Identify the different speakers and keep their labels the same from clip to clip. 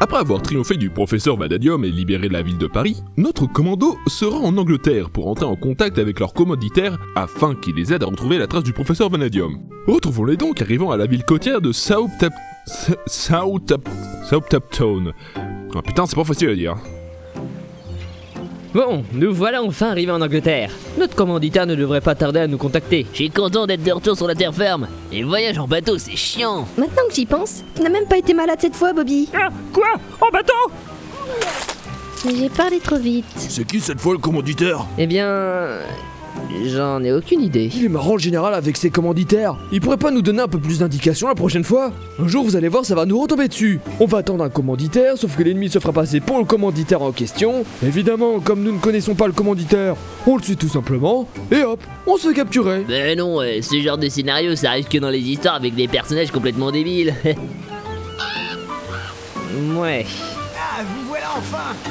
Speaker 1: Après avoir triomphé du professeur Vadadium et libéré la ville de Paris, notre commando se rend en Angleterre pour entrer en contact avec leurs commanditaires afin qu'ils les aident à retrouver la trace du professeur Vanadium. Retrouvons-les donc arrivant à la ville côtière de Southampton. Southampton. Ah putain, c'est pas facile à dire.
Speaker 2: Bon, nous voilà enfin arrivés en Angleterre. Notre commanditaire ne devrait pas tarder à nous contacter.
Speaker 3: Je suis content d'être de retour sur la terre ferme. Et le voyage en bateau, c'est chiant.
Speaker 4: Maintenant que j'y pense, tu n'as même pas été malade cette fois, Bobby.
Speaker 5: Ah, quoi En bateau
Speaker 4: Mais J'ai parlé trop vite.
Speaker 6: C'est qui cette fois le commanditaire
Speaker 2: Eh bien. J'en ai aucune idée.
Speaker 7: Il est marrant le général avec ses commanditaires. Il pourrait pas nous donner un peu plus d'indications la prochaine fois Un jour, vous allez voir, ça va nous retomber dessus. On va attendre un commanditaire, sauf que l'ennemi se fera passer pour le commanditaire en question. Évidemment, comme nous ne connaissons pas le commanditaire, on le suit tout simplement. Et hop, on se fait capturer.
Speaker 3: Ben non, euh, ce genre de scénario, ça arrive que dans les histoires avec des personnages complètement débiles.
Speaker 2: Ouais.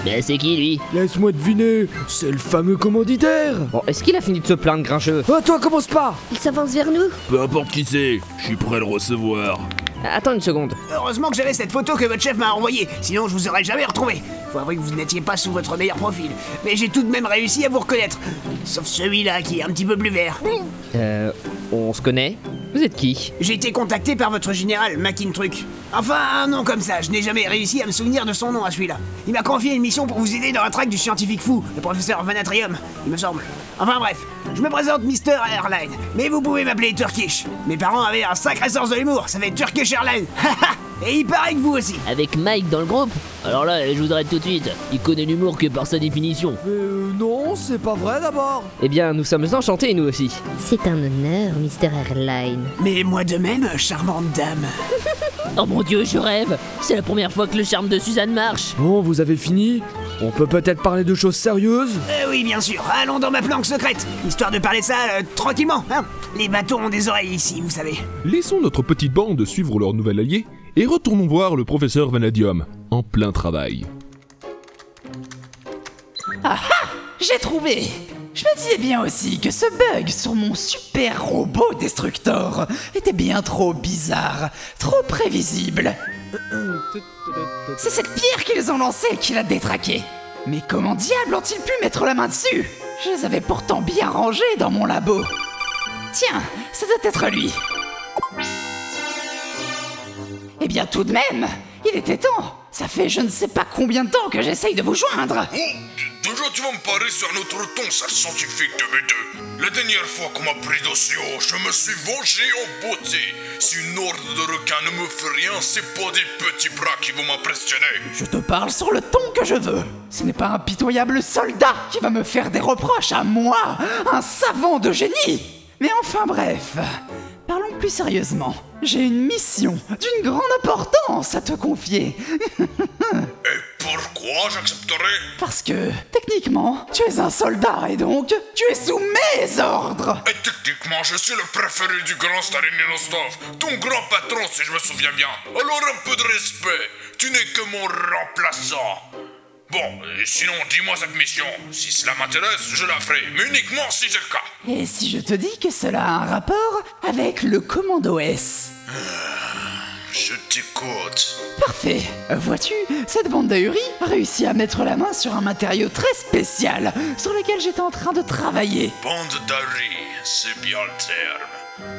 Speaker 3: ben c'est qui lui
Speaker 7: Laisse-moi deviner, c'est le fameux commanditaire.
Speaker 2: Bon, est-ce qu'il a fini de se plaindre, grincheux
Speaker 7: Oh, toi, commence pas
Speaker 4: Il s'avance vers nous.
Speaker 6: Peu importe qui c'est, je suis prêt à le recevoir.
Speaker 2: Attends une seconde.
Speaker 8: Heureusement que j'avais cette photo que votre chef m'a envoyée, sinon je vous aurais jamais retrouvé. Faut avouer que vous n'étiez pas sous votre meilleur profil, mais j'ai tout de même réussi à vous reconnaître. Sauf celui-là qui est un petit peu plus vert.
Speaker 2: Euh. On se connaît Vous êtes qui
Speaker 8: J'ai été contacté par votre général, Macintruc. Enfin, un nom comme ça, je n'ai jamais réussi à me souvenir de son nom à celui-là. Il m'a confié une mission pour vous aider dans la traque du scientifique fou, le professeur Vanatrium, il me semble. Enfin bref, je me présente Mister Airline, mais vous pouvez m'appeler Turkish. Mes parents avaient un sacré sens de l'humour, ça fait Turkish Airline. Et il paraît que vous aussi.
Speaker 3: Avec Mike dans le groupe Alors là, je vous arrête tout de suite. Il connaît l'humour que par sa définition.
Speaker 7: Euh, non, c'est pas vrai d'abord.
Speaker 2: Eh bien, nous sommes enchantés, nous aussi.
Speaker 9: C'est un honneur, Mr. Airline.
Speaker 8: Mais moi de même, charmante dame.
Speaker 3: Oh mon dieu, je rêve C'est la première fois que le charme de Suzanne marche.
Speaker 7: Bon, vous avez fini On peut peut-être parler de choses sérieuses
Speaker 8: Euh, oui, bien sûr, allons dans ma planque secrète, histoire de parler ça euh, tranquillement. hein. Les bateaux ont des oreilles ici, vous savez.
Speaker 1: Laissons notre petite bande suivre leur nouvel allié et retournons voir le professeur Vanadium, en plein travail.
Speaker 10: J'ai trouvé Je me disais bien aussi que ce bug sur mon super robot Destructor était bien trop bizarre, trop prévisible. C'est cette pierre qu'ils ont lancée qui l'a détraqué. Mais comment diable ont-ils pu mettre la main dessus Je les avais pourtant bien rangés dans mon labo. Tiens, ça doit être lui. Eh bien tout de même, il était temps. Ça fait je ne sais pas combien de temps que j'essaye de vous joindre.
Speaker 11: Oh, déjà tu vas me parler sur notre ton, sale scientifique de B2. La dernière fois qu'on m'a pris d'Ossio, je me suis vengé en beauté. Si une horde de requins ne me fait rien, c'est pas des petits bras qui vont m'impressionner.
Speaker 10: Je te parle sur le ton que je veux. Ce n'est pas un pitoyable soldat qui va me faire des reproches à moi, un savant de génie. Mais enfin bref, parlons plus sérieusement. J'ai une mission d'une grande importance à te confier.
Speaker 11: Et pourquoi j'accepterais
Speaker 10: Parce que, techniquement, tu es un soldat et donc, tu es sous mes ordres.
Speaker 11: Et techniquement, je suis le préféré du grand Stalinostov, ton grand patron si je me souviens bien. Alors un peu de respect, tu n'es que mon remplaçant. Bon, et sinon, dis-moi cette mission. Si cela m'intéresse, je la ferai, mais uniquement si c'est le cas.
Speaker 10: Et si je te dis que cela a un rapport avec le commando S
Speaker 11: Je t'écoute.
Speaker 10: Parfait. Euh, Vois-tu, cette bande d'ahuris a réussi à mettre la main sur un matériau très spécial sur lequel j'étais en train de travailler.
Speaker 11: Bande d'Harry, c'est bien le terme.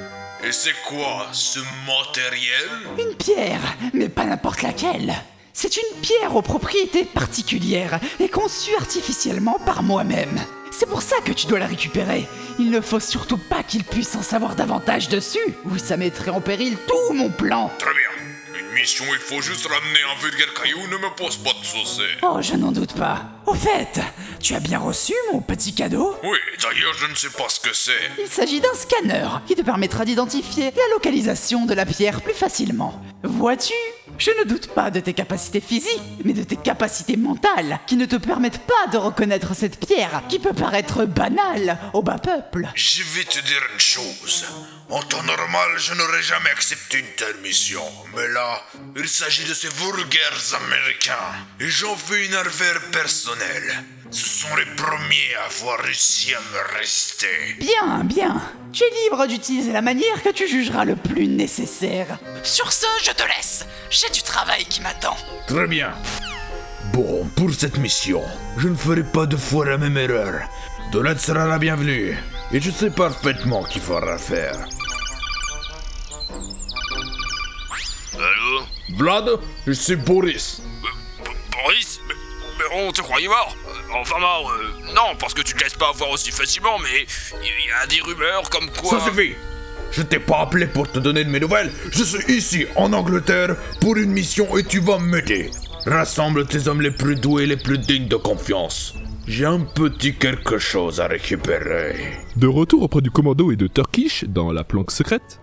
Speaker 11: Et c'est quoi ce matériel
Speaker 10: Une pierre, mais pas n'importe laquelle. C'est une pierre aux propriétés particulières et conçue artificiellement par moi-même. C'est pour ça que tu dois la récupérer. Il ne faut surtout pas qu'il puisse en savoir davantage dessus, ou ça mettrait en péril tout mon plan.
Speaker 11: Très bien. Une mission, il faut juste ramener un vulgaire caillou, ne me pose pas de soucis.
Speaker 10: Oh, je n'en doute pas. Au fait, tu as bien reçu mon petit cadeau
Speaker 11: Oui, d'ailleurs, je ne sais pas ce que c'est.
Speaker 10: Il s'agit d'un scanner qui te permettra d'identifier la localisation de la pierre plus facilement. Vois-tu Je ne doute pas de tes capacités physiques, mais de tes capacités mentales qui ne te permettent pas de reconnaître cette pierre qui peut paraître banale au bas peuple.
Speaker 11: Je vais te dire une chose. En temps normal, je n'aurais jamais accepté une telle mission. Mais là, il s'agit de ces vulgaires américains. Et j'en veux une affaire personnelle. Ce sont les premiers à avoir réussi à me rester.
Speaker 10: Bien, bien. Tu es libre d'utiliser la manière que tu jugeras le plus nécessaire. Sur ce, je te laisse. J'ai du travail qui m'attend.
Speaker 11: Très bien. Bon, pour cette mission, je ne ferai pas deux fois la même erreur. Donald sera la bienvenue. Et je sais parfaitement qu'il faudra faire.
Speaker 6: Allô
Speaker 11: Vlad, c'est Boris.
Speaker 6: Boris mais, mais on te croyait mort Euh, Enfin mort, euh, non, parce que tu te laisses pas avoir aussi facilement, mais il y a des rumeurs comme quoi...
Speaker 11: Ça suffit Je t'ai pas appelé pour te donner de mes nouvelles. Je suis ici, en Angleterre, pour une mission et tu vas m'aider. Rassemble tes hommes les plus doués et les plus dignes de confiance. J'ai un petit quelque chose à récupérer.
Speaker 1: De retour auprès du commando et de Turkish dans la planque secrète,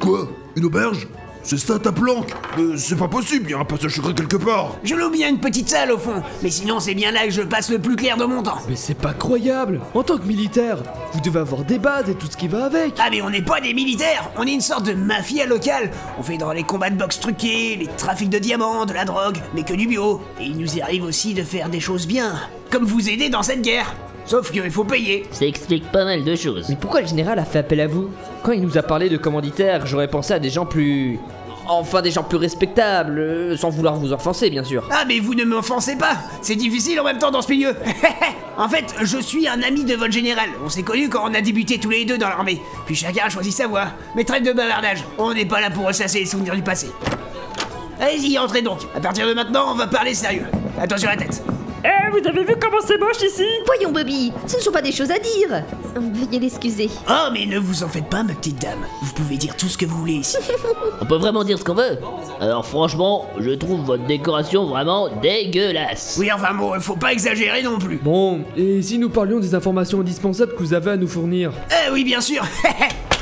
Speaker 6: Quoi Une auberge C'est ça ta planque Euh, C'est pas possible, il y a un passage secret quelque part
Speaker 8: Je loue bien une petite salle au fond, mais sinon c'est bien là que je passe le plus clair de mon temps.
Speaker 7: Mais c'est pas croyable En tant que militaire, vous devez avoir des bases et tout ce qui va avec
Speaker 8: Ah mais on n'est pas des militaires, on est une sorte de mafia locale. On fait dans les combats de boxe truqués, les trafics de diamants, de la drogue, mais que du bio. Et il nous arrive aussi de faire des choses bien, comme vous aider dans cette guerre. Sauf qu'il faut payer.
Speaker 3: Ça explique pas mal de choses.
Speaker 2: Mais pourquoi le général a fait appel à vous Quand il nous a parlé de commanditaires, j'aurais pensé à des gens plus. Enfin, des gens plus respectables, euh, sans vouloir vous offenser, bien sûr.
Speaker 8: Ah mais vous ne m'offensez pas, c'est difficile en même temps dans ce milieu. en fait, je suis un ami de votre général. On s'est connus quand on a débuté tous les deux dans l'armée. Puis chacun a choisi sa voie. Mais trêve de bavardage, on n'est pas là pour ressasser les souvenirs du passé. Allez-y, entrez donc. À partir de maintenant, on va parler sérieux. Attention à la tête.
Speaker 5: Eh, vous avez vu comment c'est moche ici
Speaker 4: Voyons, Bobby, ce ne sont pas des choses à dire. Veuillez l'excuser.
Speaker 8: Oh, mais ne vous en faites pas, ma petite dame. Vous pouvez dire tout ce que vous voulez ici.
Speaker 3: On peut vraiment dire ce qu'on veut Alors franchement, je trouve votre décoration vraiment dégueulasse.
Speaker 8: oui, enfin bon, faut pas exagérer non plus.
Speaker 7: Bon, et si nous parlions des informations indispensables que vous avez à nous fournir
Speaker 8: Eh oui, bien sûr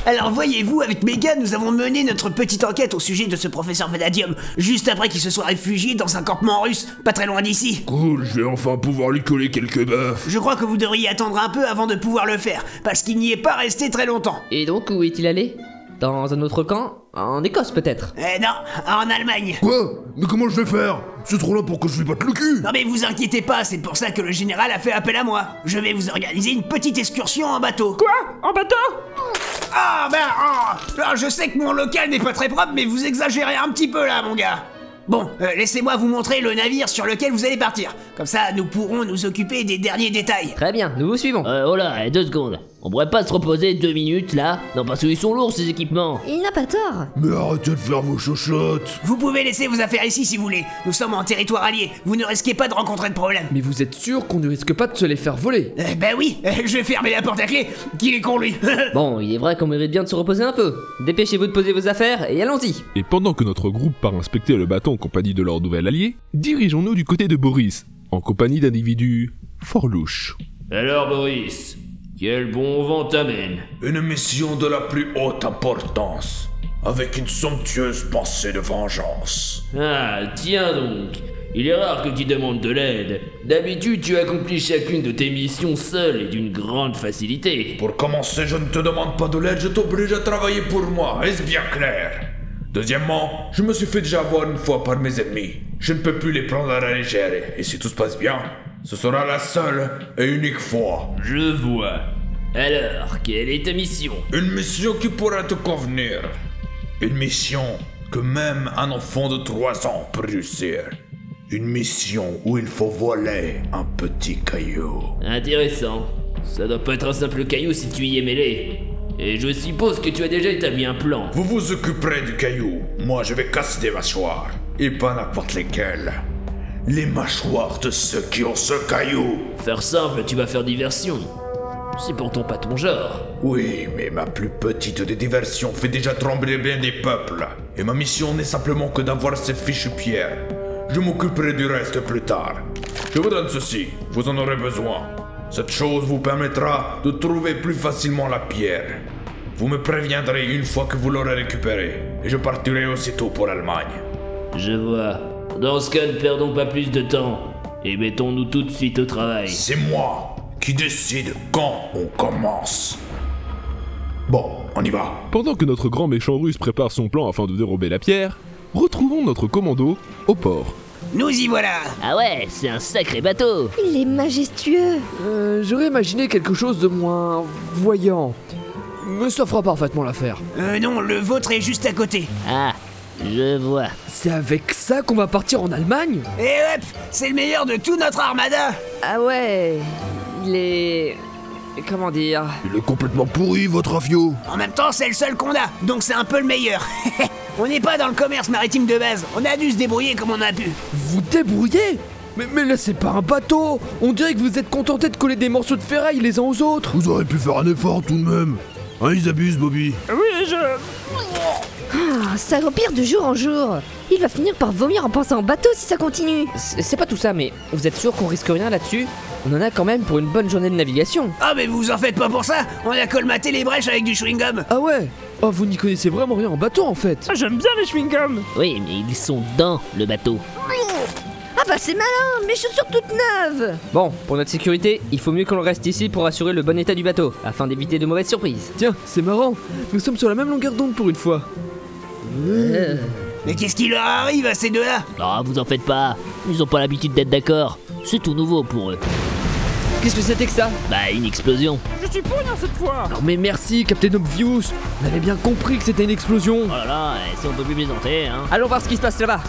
Speaker 8: Alors voyez-vous, avec mes gars, nous avons mené notre petite enquête au sujet de ce professeur Vanadium, juste après qu'il se soit réfugié dans un campement russe, pas très loin d'ici.
Speaker 6: Cool, je vais enfin pouvoir lui coller quelques bœufs.
Speaker 8: Je crois que vous devriez attendre un peu avant de pouvoir le faire, parce qu'il n'y est pas resté très longtemps.
Speaker 2: Et donc, où est-il allé Dans un autre camp En Écosse, peut-être
Speaker 8: Eh non, en Allemagne
Speaker 6: Quoi Mais comment je vais faire C'est trop là pour que je lui batte le cul
Speaker 8: Non mais vous inquiétez pas, c'est pour ça que le général a fait appel à moi. Je vais vous organiser une petite excursion en bateau.
Speaker 5: Quoi En bateau
Speaker 8: Ah ben, ah, ah, je sais que mon local n'est pas très propre, mais vous exagérez un petit peu là, mon gars. Bon, euh, laissez-moi vous montrer le navire sur lequel vous allez partir. Comme ça, nous pourrons nous occuper des derniers détails.
Speaker 2: Très bien, nous vous suivons.
Speaker 3: Euh, oh là, eh, deux secondes. On pourrait pas se reposer deux minutes là Non, parce qu'ils sont lourds ces équipements.
Speaker 4: Il n'a pas tort.
Speaker 6: Mais arrêtez de faire vos chochottes
Speaker 8: Vous pouvez laisser vos affaires ici si vous voulez. Nous sommes en territoire allié. Vous ne risquez pas de rencontrer de problème.
Speaker 7: Mais vous êtes sûr qu'on ne risque pas de se les faire voler
Speaker 8: Euh, ben oui, euh, je vais fermer la porte à clé. Qu'il est con lui.
Speaker 2: Bon, il est vrai qu'on mérite bien de se reposer un peu. Dépêchez-vous de poser vos affaires et allons-y.
Speaker 1: et pendant que notre groupe part inspecter le bateau en compagnie de leur nouvel allié, dirigeons-nous du côté de Boris, en compagnie d'individus fort louches.
Speaker 12: Alors Boris, quel bon vent t'amène
Speaker 11: Une mission de la plus haute importance, avec une somptueuse pensée de vengeance.
Speaker 12: Ah, tiens donc Il est rare que tu demandes de l'aide. D'habitude, tu accomplis chacune de tes missions seul et d'une grande facilité.
Speaker 11: Pour commencer, je ne te demande pas de l'aide, je t'oblige à travailler pour moi, est-ce bien clair Deuxièmement, je me suis fait déjà avoir une fois par mes ennemis. Je ne peux plus les prendre à la légère, et si tout se passe bien, ce sera la seule et unique fois.
Speaker 12: Je vois. Alors, quelle est ta mission
Speaker 11: Une mission qui pourra te convenir. Une mission que même un enfant de 3 ans peut réussir. Une mission où il faut voler un petit caillou.
Speaker 12: Intéressant. Ça doit pas être un simple caillou si tu y es mêlé. Et je suppose que tu as déjà établi un plan.
Speaker 11: Vous vous occuperez du caillou. Moi, je vais casser des mâchoires. Et pas n'importe lesquelles. Les mâchoires de ceux qui ont ce caillou.
Speaker 12: Faire simple, tu vas faire diversion. C'est pourtant pas ton genre.
Speaker 11: Oui, mais ma plus petite des diversions fait déjà trembler bien des peuples. Et ma mission n'est simplement que d'avoir cette fichue pierre. Je m'occuperai du reste plus tard. Je vous donne ceci, vous en aurez besoin. Cette chose vous permettra de trouver plus facilement la pierre. Vous me préviendrez une fois que vous l'aurez récupérée, et je partirai aussitôt pour l'Allemagne.
Speaker 12: Je vois. Dans ce cas, ne perdons pas plus de temps. Et mettons-nous tout de suite au travail.
Speaker 11: C'est moi qui décide quand on commence. Bon, on y va.
Speaker 1: Pendant que notre grand méchant russe prépare son plan afin de dérober la pierre, retrouvons notre commando au port.
Speaker 8: Nous y voilà
Speaker 3: Ah ouais, c'est un sacré bateau
Speaker 4: Il est majestueux.
Speaker 7: Euh, J'aurais imaginé quelque chose de moins voyant. Mais ça fera parfaitement l'affaire.
Speaker 8: Euh non, le vôtre est juste à côté.
Speaker 3: Ah, je vois.
Speaker 7: C'est avec ça qu'on va partir en Allemagne
Speaker 8: Et hop, c'est le meilleur de tout notre armada
Speaker 2: Ah ouais, il est. Comment dire
Speaker 13: Il est complètement pourri, votre avio
Speaker 8: En même temps, c'est le seul qu'on a, donc c'est un peu le meilleur. on n'est pas dans le commerce maritime de base, on a dû se débrouiller comme on a pu.
Speaker 7: Vous débrouillez mais, mais là, c'est pas un bateau On dirait que vous êtes contenté de coller des morceaux de ferraille les uns aux autres
Speaker 13: Vous auriez pu faire un effort tout de même Hein, ils abusent, Bobby
Speaker 5: Oui, je.
Speaker 4: Ah, ça empire de jour en jour. Il va finir par vomir en pensant au bateau si ça continue.
Speaker 2: C'est pas tout ça, mais vous êtes sûr qu'on risque rien là-dessus On en a quand même pour une bonne journée de navigation.
Speaker 8: Ah, mais vous vous en faites pas pour ça On a colmaté les brèches avec du chewing-gum
Speaker 7: Ah ouais Oh, vous n'y connaissez vraiment rien en bateau en fait
Speaker 5: Ah, J'aime bien les chewing-gums
Speaker 3: Oui, mais ils sont dans le bateau.
Speaker 4: Ah bah c'est malin, mes chaussures toutes neuves.
Speaker 2: Bon, pour notre sécurité, il faut mieux qu'on reste ici pour assurer le bon état du bateau, afin d'éviter de mauvaises surprises.
Speaker 7: Tiens, c'est marrant Nous sommes sur la même longueur d'onde pour une fois.
Speaker 8: Mais qu'est-ce qui leur arrive à ces deux-là
Speaker 3: Ah, vous en faites pas Ils ont pas l'habitude d'être d'accord. C'est tout nouveau pour eux.
Speaker 2: Qu'est-ce que c'était que ça
Speaker 3: Bah, une explosion.
Speaker 5: Je suis pour rien cette fois
Speaker 7: Non mais merci, Captain Obvious On avait bien compris que c'était une explosion
Speaker 14: Ah.
Speaker 3: Oh là là, eh, si on peut plus plaisanter, hein
Speaker 2: Allons voir ce qui se passe là-bas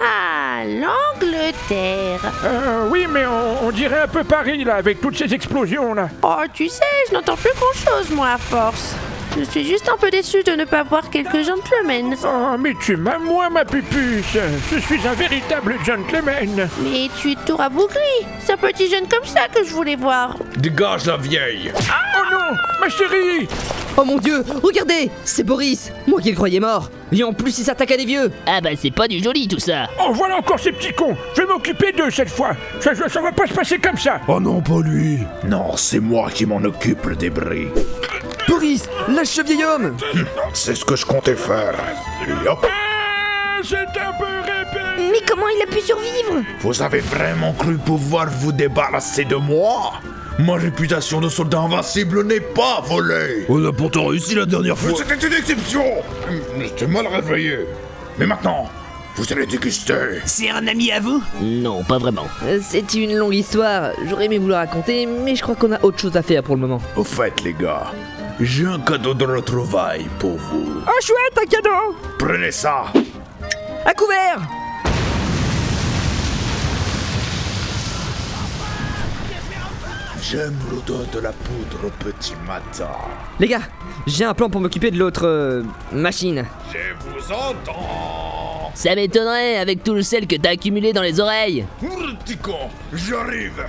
Speaker 15: Ah, l'Angleterre.
Speaker 14: Euh, oui, mais on, on dirait un peu Paris, là, avec toutes ces explosions, là.
Speaker 15: Oh, tu sais, je n'entends plus grand-chose, moi, à force. Je suis juste un peu déçu de ne pas voir quelques gentlemen.
Speaker 14: Oh, mais tu m'as moi, ma pupuche. Je suis un véritable gentleman.
Speaker 15: Mais tu es tout rabougri. C'est un petit jeune comme ça que je voulais voir.
Speaker 11: Dégage la vieille.
Speaker 14: Ah oh non, ma chérie
Speaker 2: Oh mon dieu, regardez C'est Boris Moi qui le croyais mort Et en plus, il s'attaque à des vieux
Speaker 3: Ah bah, c'est pas du joli tout ça
Speaker 14: Oh, voilà encore ces petits cons. Je vais m'occuper d'eux cette fois. Ça, ça, ça va pas se passer comme ça.
Speaker 13: Oh non, pas lui
Speaker 11: Non, c'est moi qui m'en occupe, le débris.
Speaker 7: Boris, lâche ce vieil homme
Speaker 11: C'est ce que je comptais faire. Et hop
Speaker 13: Eh,
Speaker 14: Ah, c'est un peu répété.
Speaker 4: Mais comment il a pu survivre
Speaker 11: Vous avez vraiment cru pouvoir vous débarrasser de moi Ma réputation de soldat invincible n'est pas volée
Speaker 13: On a pourtant réussi la dernière fois
Speaker 11: C'était une exception J'étais mal réveillé. Mais maintenant, vous allez déguster
Speaker 8: C'est un ami à vous
Speaker 3: Non, pas vraiment.
Speaker 2: Euh, C'est une longue histoire, j'aurais aimé vous la raconter, mais je crois qu'on a autre chose à faire pour le moment.
Speaker 11: Au fait, les gars, j'ai un cadeau de retrouvailles pour vous.
Speaker 5: Oh, chouette, un cadeau
Speaker 11: Prenez ça
Speaker 2: À couvert
Speaker 11: J'aime l'odeur de la poudre au petit matin.
Speaker 2: Les gars, j'ai un plan pour m'occuper de l'autre euh, machine.
Speaker 11: Je vous entends
Speaker 3: Ça m'étonnerait avec tout le sel que t'as accumulé dans les oreilles
Speaker 11: Urticon, j'arrive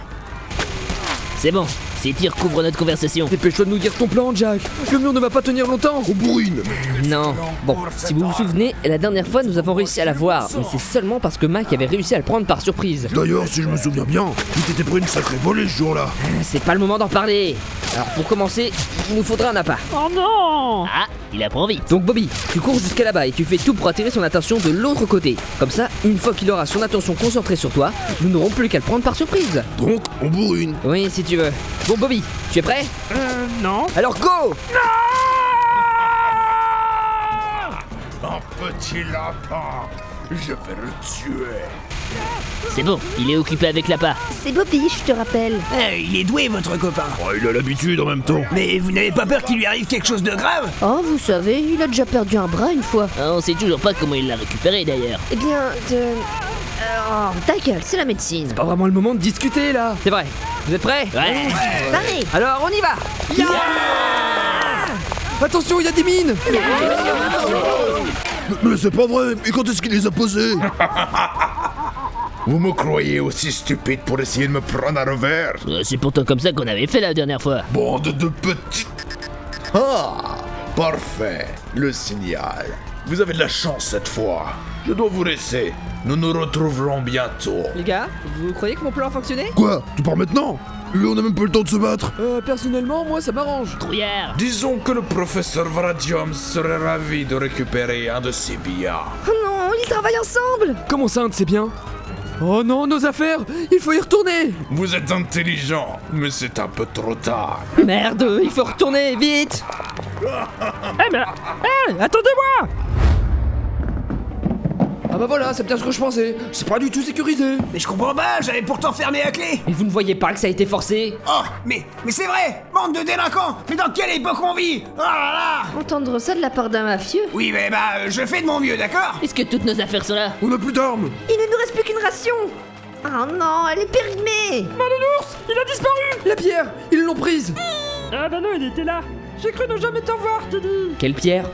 Speaker 3: C'est bon, ces tirs couvrent notre conversation.
Speaker 7: Dépêche-toi de nous dire ton plan, Jack Le mur ne va pas tenir longtemps
Speaker 13: On bourrine
Speaker 2: Non. Bon, si vous vous souvenez, la dernière fois nous avons réussi à la voir, mais c'est seulement parce que Mac avait réussi à le prendre par surprise.
Speaker 13: D'ailleurs, si je me souviens bien, il t'était pris une sacrée volée ce jour-là
Speaker 2: Euh, C'est pas le moment d'en parler. Alors pour commencer, il nous faudra un appât.
Speaker 5: Oh non
Speaker 3: Ah, il apprend vite.
Speaker 2: Donc Bobby, tu cours jusqu'à là-bas et tu fais tout pour attirer son attention de l'autre côté. Comme ça, une fois qu'il aura son attention concentrée sur toi, nous n'aurons plus qu'à le prendre par surprise.
Speaker 13: Donc, on bourrine
Speaker 2: Oui, si tu veux. Bon Bobby, tu es prêt
Speaker 5: Euh, non.
Speaker 2: Alors go
Speaker 11: Un petit lapin Je vais le tuer
Speaker 3: C'est bon, il est occupé avec l'appât.
Speaker 4: C'est Bobby, je te rappelle.
Speaker 8: Eh, Il est doué, votre copain
Speaker 13: Oh, il a l'habitude en même temps
Speaker 8: Mais vous n'avez pas peur qu'il lui arrive quelque chose de grave
Speaker 9: Oh, vous savez, il a déjà perdu un bras une fois.
Speaker 3: Ah, on sait toujours pas comment il l'a récupéré d'ailleurs.
Speaker 4: Eh bien, de... Oh, ta gueule, c'est la médecine.
Speaker 7: Pas vraiment le moment de discuter là
Speaker 2: C'est vrai. Vous êtes prêts
Speaker 3: Ouais
Speaker 4: Pareil.
Speaker 2: Alors on y va
Speaker 7: Attention, il y a des mines
Speaker 13: Mais, mais c'est pas vrai Et quand est-ce qu'il les a posés
Speaker 11: Vous me croyez aussi stupide pour essayer de me prendre à revers
Speaker 3: Euh, C'est pourtant comme ça qu'on avait fait la dernière fois.
Speaker 11: Bande de petites... Ah Parfait Le signal Vous avez de la chance cette fois Je dois vous laisser Nous nous retrouverons bientôt
Speaker 2: Les gars, vous croyez que mon plan a fonctionné
Speaker 13: Quoi Tu pars maintenant Et on a même pas le temps de se battre
Speaker 7: Euh, personnellement, moi ça m'arrange.
Speaker 3: Trouillard
Speaker 11: Disons que le professeur Vradium serait ravi de récupérer un de ses billards.
Speaker 4: Oh non, ils travaillent ensemble.
Speaker 7: Comment ça, un de ces biens Oh non, nos affaires Il faut y retourner
Speaker 11: Vous êtes intelligent, mais c'est un peu trop tard.
Speaker 2: Merde, il faut retourner, vite
Speaker 5: Eh mais... Eh Attendez-moi
Speaker 7: Ah bah voilà, c'est bien ce que je pensais. C'est pas du tout sécurisé.
Speaker 8: Mais je comprends pas, j'avais pourtant fermé la clé.
Speaker 2: Et vous ne voyez pas que ça a été forcé
Speaker 8: Oh, mais, mais c'est vrai Bande de délinquants Mais dans quelle époque on vit Oh là
Speaker 9: là Entendre ça de la part d'un mafieux
Speaker 8: Oui, mais bah, euh, je fais de mon mieux, d'accord
Speaker 3: Est-ce que toutes nos affaires sont là
Speaker 13: On n'a plus d'armes
Speaker 9: Il ne nous reste plus qu'une ration Ah non, elle est périmée
Speaker 5: Malounours Il a disparu
Speaker 7: La pierre, ils l'ont prise
Speaker 5: Ah bah non, il était là J'ai cru ne jamais t'en voir, Teddy
Speaker 2: Quelle pierre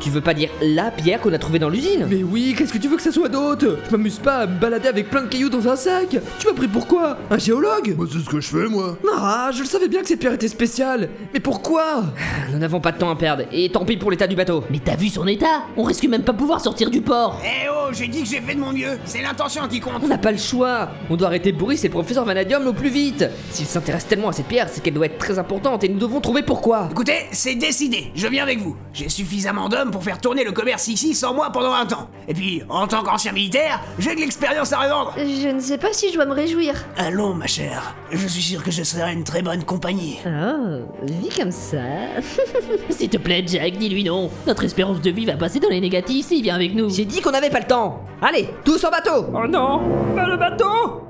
Speaker 2: tu veux pas dire la pierre qu'on a trouvée dans l'usine
Speaker 7: Mais oui, qu'est-ce que tu veux que ça soit d'autre Je m'amuse pas à me balader avec plein de cailloux dans un sac Tu m'as pris pourquoi Un géologue
Speaker 13: Bah c'est ce que je fais moi
Speaker 7: Ah, je le savais bien que cette pierre était spéciale Mais pourquoi
Speaker 2: Ah, Nous n'avons pas de temps à perdre, et tant pis pour l'état du bateau
Speaker 3: Mais t'as vu son état On risque même pas de pouvoir sortir du port
Speaker 8: Eh oh, j'ai dit que j'ai fait de mon mieux C'est l'intention qui compte
Speaker 2: On n'a pas le choix On doit arrêter Boris et le professeur Vanadium au plus vite S'il s'intéresse tellement à cette pierre, c'est qu'elle doit être très importante, et nous devons trouver pourquoi
Speaker 8: Écoutez, c'est décidé, je viens avec vous. J'ai suffisamment d'hommes pour faire tourner le commerce ici sans moi pendant un temps. Et puis, en tant qu'ancien militaire, j'ai de l'expérience à revendre.
Speaker 9: Je ne sais pas si je dois me réjouir.
Speaker 8: Allons, ma chère. Je suis sûr que je serai une très bonne compagnie.
Speaker 9: Oh, vie comme ça.
Speaker 3: S'il te plaît, Jack, dis-lui non. Notre espérance de vie va passer dans les négatifs s'il vient avec nous.
Speaker 2: J'ai dit qu'on n'avait pas le temps Allez, tous en bateau
Speaker 5: Oh non Bah le bateau